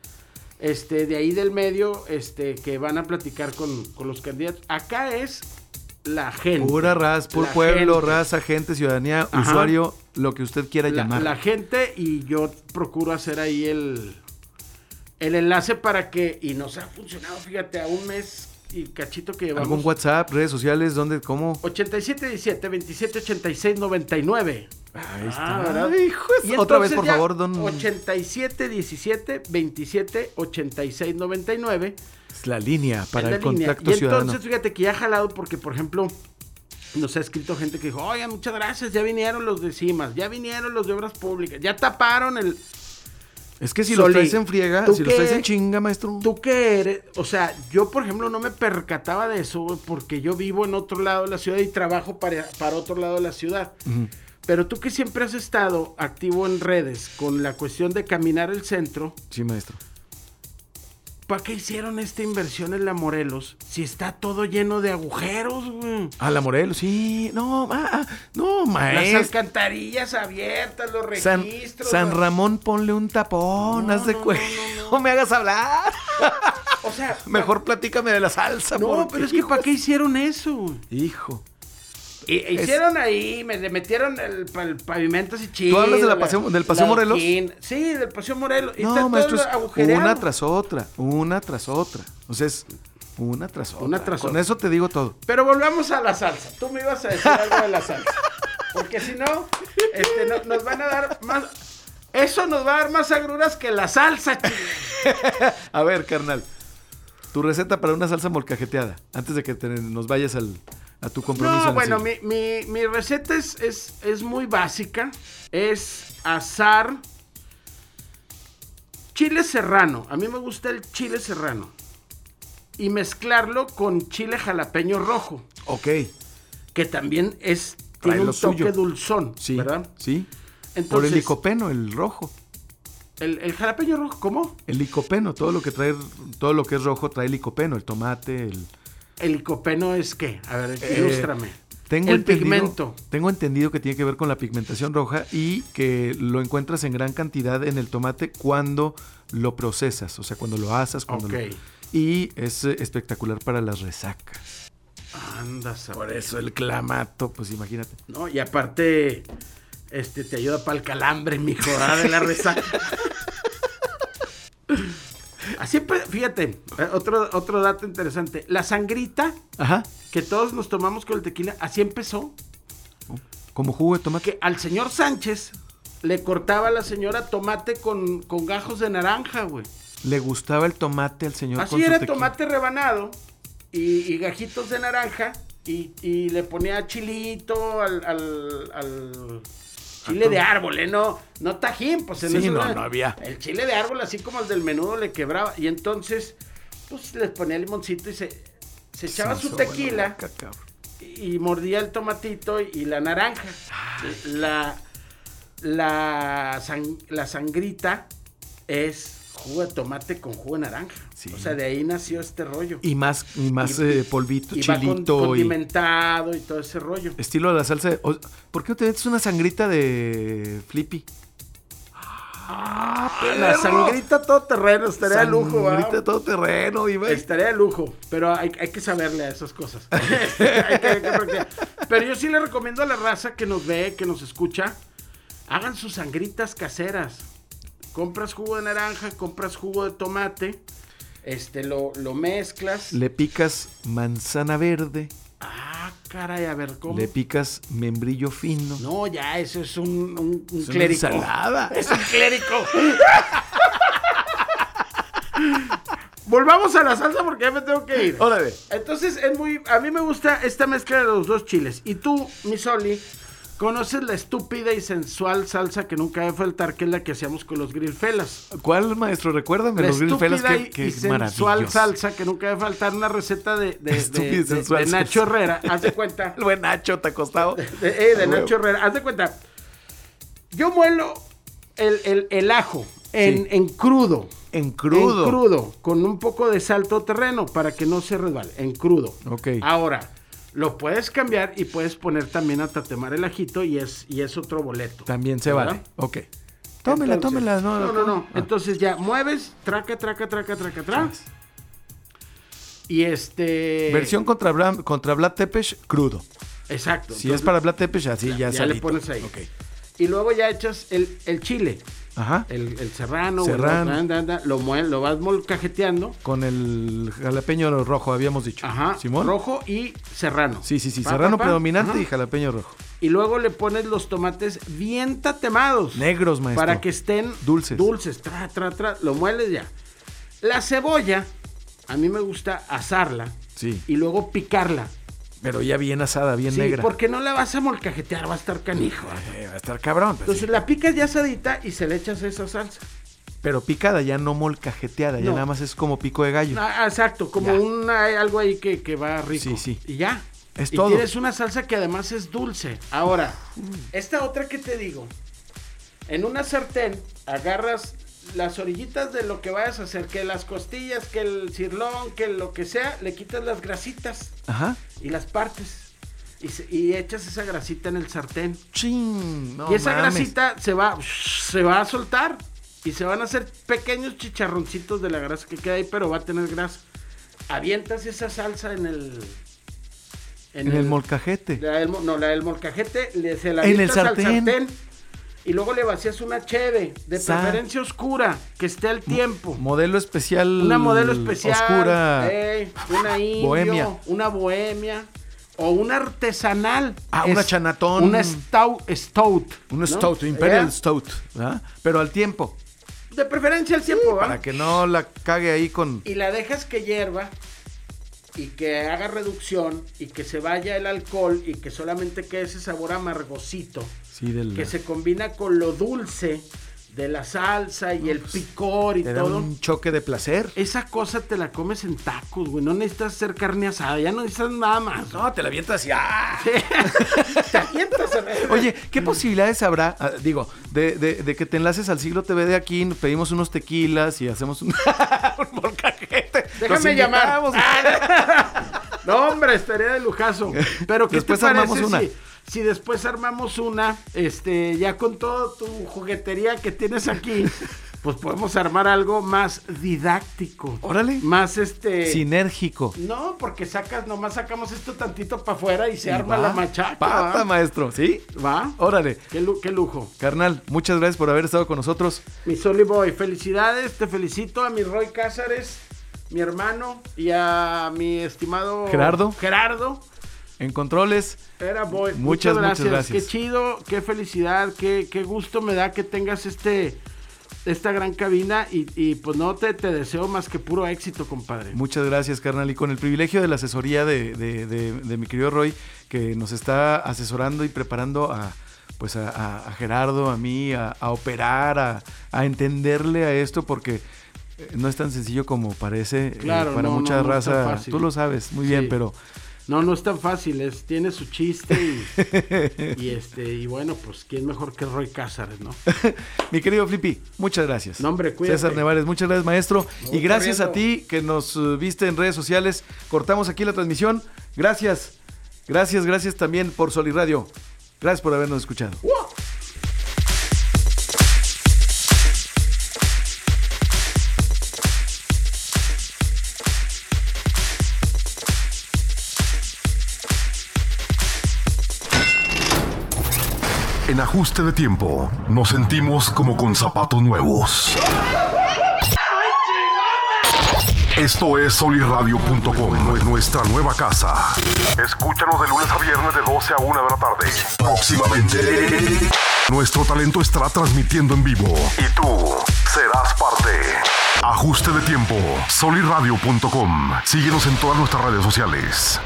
[SPEAKER 1] este, de ahí del medio este, que van a platicar con, con los candidatos. Acá es la gente.
[SPEAKER 2] Pura raza, por
[SPEAKER 1] La
[SPEAKER 2] pueblo,
[SPEAKER 1] gente.
[SPEAKER 2] raza, gente, ciudadanía,
[SPEAKER 1] Ajá.
[SPEAKER 2] usuario, lo que usted quiera
[SPEAKER 1] la,
[SPEAKER 2] llamar.
[SPEAKER 1] la gente y yo procuro hacer ahí el, el enlace para que, y nos ha funcionado, fíjate, a un mes y cachito que llevamos.
[SPEAKER 2] ¿Algún WhatsApp, redes sociales, dónde, cómo?
[SPEAKER 1] 8717 2786 99. Ahí
[SPEAKER 2] está. Ay, hijo de su- Otra vez, por favor, don-
[SPEAKER 1] 8717 2786 99.
[SPEAKER 2] Es la línea para
[SPEAKER 1] Es
[SPEAKER 2] el
[SPEAKER 1] la línea.
[SPEAKER 2] contacto
[SPEAKER 1] Y
[SPEAKER 2] ciudadano.
[SPEAKER 1] entonces, fíjate que ya ha jalado porque, por ejemplo, nos ha escrito gente que dijo, oigan, muchas gracias, ya vinieron los de CIMAS, ya vinieron los de Obras Públicas, ya taparon el...
[SPEAKER 2] es que si
[SPEAKER 1] Soli,
[SPEAKER 2] los traes en friega,
[SPEAKER 1] ¿tú
[SPEAKER 2] si los traes
[SPEAKER 1] qué-
[SPEAKER 2] en chinga, maestro.
[SPEAKER 1] ¿Tú qué eres? O sea, yo, por ejemplo, no me percataba de eso güey, porque yo vivo en otro lado de la ciudad y trabajo para, para otro lado de la ciudad. Pero tú que siempre has estado activo en redes con la cuestión de caminar el centro,
[SPEAKER 2] Sí, maestro.
[SPEAKER 1] ¿para qué hicieron esta inversión en la Morelos si está todo lleno de agujeros, güey?
[SPEAKER 2] A Ah, la Morelos, sí. No, ah, ah, no,
[SPEAKER 1] Las
[SPEAKER 2] maestro.
[SPEAKER 1] alcantarillas abiertas, los
[SPEAKER 2] San,
[SPEAKER 1] registros.
[SPEAKER 2] San
[SPEAKER 1] la-
[SPEAKER 2] Ramón, ponle un tapón,
[SPEAKER 1] No,
[SPEAKER 2] haz de
[SPEAKER 1] no,
[SPEAKER 2] cuello.
[SPEAKER 1] no,
[SPEAKER 2] No,
[SPEAKER 1] no,
[SPEAKER 2] me hagas hablar.
[SPEAKER 1] O sea,
[SPEAKER 2] Mejor platícame de la salsa,
[SPEAKER 1] no,
[SPEAKER 2] porque-
[SPEAKER 1] pero es que ¿para qué hicieron eso? güey?
[SPEAKER 2] Hijo.
[SPEAKER 1] Y- e hicieron ahí, me le metieron el, pa- el pavimento así chido.
[SPEAKER 2] hablas de la paseo- del Paseo Morelos?
[SPEAKER 1] adoquín. Sí, del Paseo Morelos. Y está
[SPEAKER 2] No,
[SPEAKER 1] todo
[SPEAKER 2] maestro, es
[SPEAKER 1] agujereado.
[SPEAKER 2] una tras otra, una tras otra. O sea, es una tras otra.
[SPEAKER 1] Una tras
[SPEAKER 2] Con
[SPEAKER 1] otra.
[SPEAKER 2] eso te digo todo.
[SPEAKER 1] Pero volvamos a la salsa. Tú me ibas a decir algo de la salsa. Porque si no, este, no- nos van a dar más... Eso nos va a dar más agruras que la salsa, chido.
[SPEAKER 2] A ver, carnal. Tu receta para una salsa molcajeteada. Antes de que te- nos vayas al, a tu compromiso. en
[SPEAKER 1] No,
[SPEAKER 2] la
[SPEAKER 1] bueno,
[SPEAKER 2] silla.
[SPEAKER 1] mi, mi- mi receta es, es, es muy básica. Es asar chile serrano. A mí me gusta el chile serrano. Y mezclarlo con chile jalapeño rojo,
[SPEAKER 2] Ok.
[SPEAKER 1] que también es,
[SPEAKER 2] Trae
[SPEAKER 1] tiene un
[SPEAKER 2] lo
[SPEAKER 1] toque
[SPEAKER 2] suyo.
[SPEAKER 1] dulzón,
[SPEAKER 2] Sí.
[SPEAKER 1] ¿verdad?
[SPEAKER 2] Sí. Por el
[SPEAKER 1] Entonces,
[SPEAKER 2] licopeno, el rojo.
[SPEAKER 1] el, el jalapeño rojo, ¿cómo?
[SPEAKER 2] El licopeno, todo lo que trae, todo lo que es rojo trae licopeno, el tomate, el.
[SPEAKER 1] El licopeno es qué? A ver,
[SPEAKER 2] Eh,
[SPEAKER 1] ilústrame.
[SPEAKER 2] Tengo
[SPEAKER 1] el
[SPEAKER 2] entendido-
[SPEAKER 1] pigmento.
[SPEAKER 2] Tengo entendido que tiene que ver con la pigmentación roja y que lo encuentras en gran cantidad en el tomate cuando lo procesas, o sea, cuando lo asas, cuando lo-
[SPEAKER 1] Ok.
[SPEAKER 2] Y es eh, espectacular para las resacas.
[SPEAKER 1] Anda, sabor.
[SPEAKER 2] Eso, el clamato, pues imagínate.
[SPEAKER 1] No, y aparte, este, te ayuda para el calambre, mi ¿ah? de la resaca. Así, pues, fíjate, eh, otro, otro dato interesante. La sangrita
[SPEAKER 2] Ajá,
[SPEAKER 1] que todos nos tomamos con el tequila, así empezó.
[SPEAKER 2] como jugo de tomate.
[SPEAKER 1] Que al señor Sánchez le cortaba a la señora tomate con, con gajos de naranja, güey.
[SPEAKER 2] Le gustaba el tomate al señor con
[SPEAKER 1] Así
[SPEAKER 2] su
[SPEAKER 1] era
[SPEAKER 2] tequila.
[SPEAKER 1] tomate rebanado y, y gajitos de naranja y, y le ponía chilito al, al- al chile de árbol, ¿eh? No, no tajín, pues en
[SPEAKER 2] Sí,
[SPEAKER 1] ese
[SPEAKER 2] no,
[SPEAKER 1] lugar.
[SPEAKER 2] no había.
[SPEAKER 1] El chile de árbol, así como el del menudo, le quebraba. Y entonces, pues les ponía limoncito y se, se echaba
[SPEAKER 2] Se
[SPEAKER 1] su
[SPEAKER 2] me hizo agua en la
[SPEAKER 1] tequila
[SPEAKER 2] boca, cabrón.
[SPEAKER 1] y mordía el tomatito y la naranja. La, la, san- la sangrita es jugo de tomate con jugo de naranja.
[SPEAKER 2] Sí.
[SPEAKER 1] O sea, de ahí nació este rollo.
[SPEAKER 2] Y más, y más
[SPEAKER 1] Y-
[SPEAKER 2] eh, polvito,
[SPEAKER 1] Y va con-
[SPEAKER 2] chilito y
[SPEAKER 1] condimentado y todo ese rollo.
[SPEAKER 2] estilo de la salsa. de- o- ¿Por qué no te metes una sangrita de Flippy?
[SPEAKER 1] la sangrita todoterreno, estaría de lujo, ¿va? Este,
[SPEAKER 2] Sangrita todo terreno, iba.
[SPEAKER 1] Estaría de lujo, pero hay, hay que saberle a esas cosas. Hay que- hay que practicar. pero yo sí le recomiendo a la raza que nos ve, que nos escucha, hagan sus sangritas caseras. Compras jugo de naranja, compras jugo de tomate, este, lo, lo mezclas.
[SPEAKER 2] Le picas manzana verde,
[SPEAKER 1] Ah, caray, a ver cómo.
[SPEAKER 2] le picas membrillo fino.
[SPEAKER 1] No, ya, eso es un, un, un
[SPEAKER 2] Es una
[SPEAKER 1] clérigo.
[SPEAKER 2] ensalada.
[SPEAKER 1] Es un clérigo. Volvamos a la salsa porque ya me tengo que ir.
[SPEAKER 2] Órale.
[SPEAKER 1] Entonces es muy. A mí me gusta esta mezcla de los dos chiles. Y tú, mi Soli, conoces la estúpida y sensual salsa que nunca debe faltar, que es la que hacíamos con los grillfelas.
[SPEAKER 2] ¿Cuál, maestro? Recuérdame
[SPEAKER 1] La
[SPEAKER 2] los grillfelas
[SPEAKER 1] estúpida
[SPEAKER 2] que,
[SPEAKER 1] y,
[SPEAKER 2] que
[SPEAKER 1] y sensual
[SPEAKER 2] maravilloso.
[SPEAKER 1] salsa que nunca debe faltar. Una receta de, de- de-
[SPEAKER 2] Estúpida y
[SPEAKER 1] de- de
[SPEAKER 2] sensual salsa.
[SPEAKER 1] Nacho Herrera. Haz de cuenta.
[SPEAKER 2] El buen Nacho te ha costado.
[SPEAKER 1] De, eh, de
[SPEAKER 2] A huevo.
[SPEAKER 1] Nacho Herrera. Haz de cuenta. Yo muelo el, el- el ajo en,
[SPEAKER 2] Sí.
[SPEAKER 1] en crudo.
[SPEAKER 2] En crudo.
[SPEAKER 1] En crudo. Con un poco de salto terreno para que no se resbale. En crudo.
[SPEAKER 2] Ok.
[SPEAKER 1] Ahora, lo puedes cambiar y puedes poner también a Tatemar el ajito y es, y es otro boleto.
[SPEAKER 2] También se
[SPEAKER 1] ¿Verdad?
[SPEAKER 2] vale. Ok. Tómela,
[SPEAKER 1] Entonces-
[SPEAKER 2] tómela. No, Ah,
[SPEAKER 1] No, no, no. Entonces ya mueves, traca, traca, traca, traca, traca. Y este.
[SPEAKER 2] Versión contra, Bram- contra Vlad Tepes crudo.
[SPEAKER 1] Exacto.
[SPEAKER 2] Si es
[SPEAKER 1] Entonces,
[SPEAKER 2] para Vlad Tepes, así ya,
[SPEAKER 1] ya
[SPEAKER 2] salito.
[SPEAKER 1] le pones ahí.
[SPEAKER 2] Ok.
[SPEAKER 1] Y luego ya echas el, el chile,
[SPEAKER 2] Ajá.
[SPEAKER 1] el, el serrano, o el
[SPEAKER 2] Serrano.
[SPEAKER 1] otro, anda, anda, lo, mue- lo vas molcajeteando.
[SPEAKER 2] Con el jalapeño rojo, habíamos dicho.
[SPEAKER 1] Ajá.
[SPEAKER 2] Simón.
[SPEAKER 1] Rojo y serrano.
[SPEAKER 2] Sí, sí, sí.
[SPEAKER 1] Pa,
[SPEAKER 2] serrano
[SPEAKER 1] pa, pa.
[SPEAKER 2] predominante
[SPEAKER 1] Ajá.
[SPEAKER 2] y jalapeño rojo.
[SPEAKER 1] Y luego le pones los tomates bien tatemados.
[SPEAKER 2] Negros, maestro.
[SPEAKER 1] Para que estén
[SPEAKER 2] Dulces.
[SPEAKER 1] Dulces, tra, tra, tra. Lo mueles ya. La cebolla, a mí me gusta asarla.
[SPEAKER 2] Sí.
[SPEAKER 1] Y luego picarla.
[SPEAKER 2] Pero ya bien asada, bien
[SPEAKER 1] sí,
[SPEAKER 2] negra.
[SPEAKER 1] porque no la vas a molcajetear, va a estar canijo.
[SPEAKER 2] Eh, va a estar cabrón. pues,
[SPEAKER 1] Entonces la picas ya asadita y se le echas esa salsa.
[SPEAKER 2] sí. Pero picada, ya no molcajeteada. Ya
[SPEAKER 1] No.
[SPEAKER 2] nada más es como pico de gallo.
[SPEAKER 1] Ah, exacto, como
[SPEAKER 2] Ya.
[SPEAKER 1] una, algo ahí que, que va rico.
[SPEAKER 2] Sí, sí.
[SPEAKER 1] Y ya.
[SPEAKER 2] Es
[SPEAKER 1] y
[SPEAKER 2] todo. Mm.
[SPEAKER 1] Tienes una salsa que además es dulce. Ahora, esta otra que te digo. En una sartén agarras las orillitas de lo que vayas a hacer, que las costillas, que el cirlón, que lo que sea, le quitas las grasitas
[SPEAKER 2] Ajá.
[SPEAKER 1] y las partes. Y, se- y echas esa grasita en el sartén.
[SPEAKER 2] Chin. No
[SPEAKER 1] y esa
[SPEAKER 2] mames.
[SPEAKER 1] grasita se va, se va a soltar y se van a hacer pequeños chicharroncitos de la grasa que queda ahí, pero va a tener grasa. Avientas esa salsa en el...
[SPEAKER 2] En, el, molcajete.
[SPEAKER 1] la del mo- no, la del molcajete, le, se la
[SPEAKER 2] En el
[SPEAKER 1] avientas al
[SPEAKER 2] sartén.
[SPEAKER 1] y luego le vacías una cheve, de
[SPEAKER 2] Sa-
[SPEAKER 1] preferencia oscura, que esté al tiempo.
[SPEAKER 2] Modelo especial.
[SPEAKER 1] Una modelo especial.
[SPEAKER 2] Mm, Oscura.
[SPEAKER 1] ey, una indio,
[SPEAKER 2] bohemia.
[SPEAKER 1] Una bohemia. O una artesanal.
[SPEAKER 2] Ah, una
[SPEAKER 1] Es-
[SPEAKER 2] chanatón.
[SPEAKER 1] Una stout. stout
[SPEAKER 2] un
[SPEAKER 1] ¿no?
[SPEAKER 2] stout, Imperial
[SPEAKER 1] Ella,
[SPEAKER 2] Stout. ¿verdad? Pero al tiempo.
[SPEAKER 1] De preferencia al tiempo, ¿va?
[SPEAKER 2] Para que no la cague ahí con.
[SPEAKER 1] Y la dejas que hierva y que haga reducción y que se vaya el alcohol y que solamente quede ese sabor amargosito
[SPEAKER 2] Sí, del.
[SPEAKER 1] que se combina con lo dulce de la salsa y el picor y
[SPEAKER 2] pues, Te da
[SPEAKER 1] todo.
[SPEAKER 2] un choque de placer.
[SPEAKER 1] Esa cosa te la comes en tacos, güey. No necesitas hacer carne asada, ya no necesitas nada más.
[SPEAKER 2] No, te la avientas y ¡ah!
[SPEAKER 1] Te avientas a ver.
[SPEAKER 2] Oye, ¿qué
[SPEAKER 1] Mm.
[SPEAKER 2] posibilidades habrá? ah, digo, de, de- de que te enlaces al siglo TV de aquí, nos pedimos unos tequilas y hacemos un, un molcajete. Los
[SPEAKER 1] Déjame llamar. Ah,
[SPEAKER 2] invitamos.
[SPEAKER 1] No, hombre, estaría de lujazo. Pero ¿qué
[SPEAKER 2] Después
[SPEAKER 1] te parece
[SPEAKER 2] armamos una.
[SPEAKER 1] Si, si después armamos una, este, ya con todo tu juguetería que tienes aquí, pues podemos armar algo más didáctico.
[SPEAKER 2] Órale.
[SPEAKER 1] Más este.
[SPEAKER 2] Sinérgico.
[SPEAKER 1] No, porque sacas, nomás sacamos esto tantito para afuera y se arma
[SPEAKER 2] Y va,
[SPEAKER 1] la machaca.
[SPEAKER 2] Pata,
[SPEAKER 1] ¿va?
[SPEAKER 2] maestro, ¿sí?
[SPEAKER 1] ¿Va? Oh,
[SPEAKER 2] Órale.
[SPEAKER 1] Qué, lu- qué lujo.
[SPEAKER 2] Carnal, muchas gracias por haber estado con nosotros.
[SPEAKER 1] Mi Soli Boy, felicidades, te felicito a mi Roy Cázares, mi hermano y a mi estimado
[SPEAKER 2] Gerardo.
[SPEAKER 1] Gerardo.
[SPEAKER 2] En controles,
[SPEAKER 1] Era Boy.
[SPEAKER 2] Muchas, muchas gracias.
[SPEAKER 1] Qué chido, qué felicidad, qué, qué gusto me da que tengas este esta gran cabina y, y, pues no te, te deseo más que puro éxito, compadre.
[SPEAKER 2] Muchas gracias, carnal. Y con el privilegio de la asesoría de, de- de- de mi querido Roy, que nos está asesorando y preparando a pues a, a- a Gerardo, a mí, a, a operar, a, a entenderle a esto, porque eh, no es tan sencillo como parece eh,
[SPEAKER 1] Claro,
[SPEAKER 2] para
[SPEAKER 1] no,
[SPEAKER 2] mucha
[SPEAKER 1] no, no es tan
[SPEAKER 2] raza.
[SPEAKER 1] fácil.
[SPEAKER 2] Tú lo sabes muy
[SPEAKER 1] Sí.
[SPEAKER 2] bien, pero
[SPEAKER 1] No, no es tan fácil, es, tiene su chiste y, y este, y bueno, pues quién mejor que Roy Cázares, ¿no?
[SPEAKER 2] mi querido Flippy, muchas gracias.
[SPEAKER 1] No, hombre, cuídate.
[SPEAKER 2] César Nevares, muchas gracias, maestro.
[SPEAKER 1] voy
[SPEAKER 2] Y gracias a
[SPEAKER 1] corriendo.
[SPEAKER 2] ti que nos eh, viste en redes sociales. Cortamos aquí la transmisión. Gracias. Gracias, gracias también por Soliradio. Gracias por habernos escuchado.
[SPEAKER 3] En ajuste de tiempo, nos sentimos como con zapatos nuevos. Esto es soliradio.com, nue- nuestra nueva casa. Escúchanos de lunes a viernes de 12 a 1 de la tarde. Próximamente. Nuestro talento estará transmitiendo en vivo. Y tú serás parte. Ajuste de tiempo, soliradio.com. Síguenos en todas nuestras redes sociales.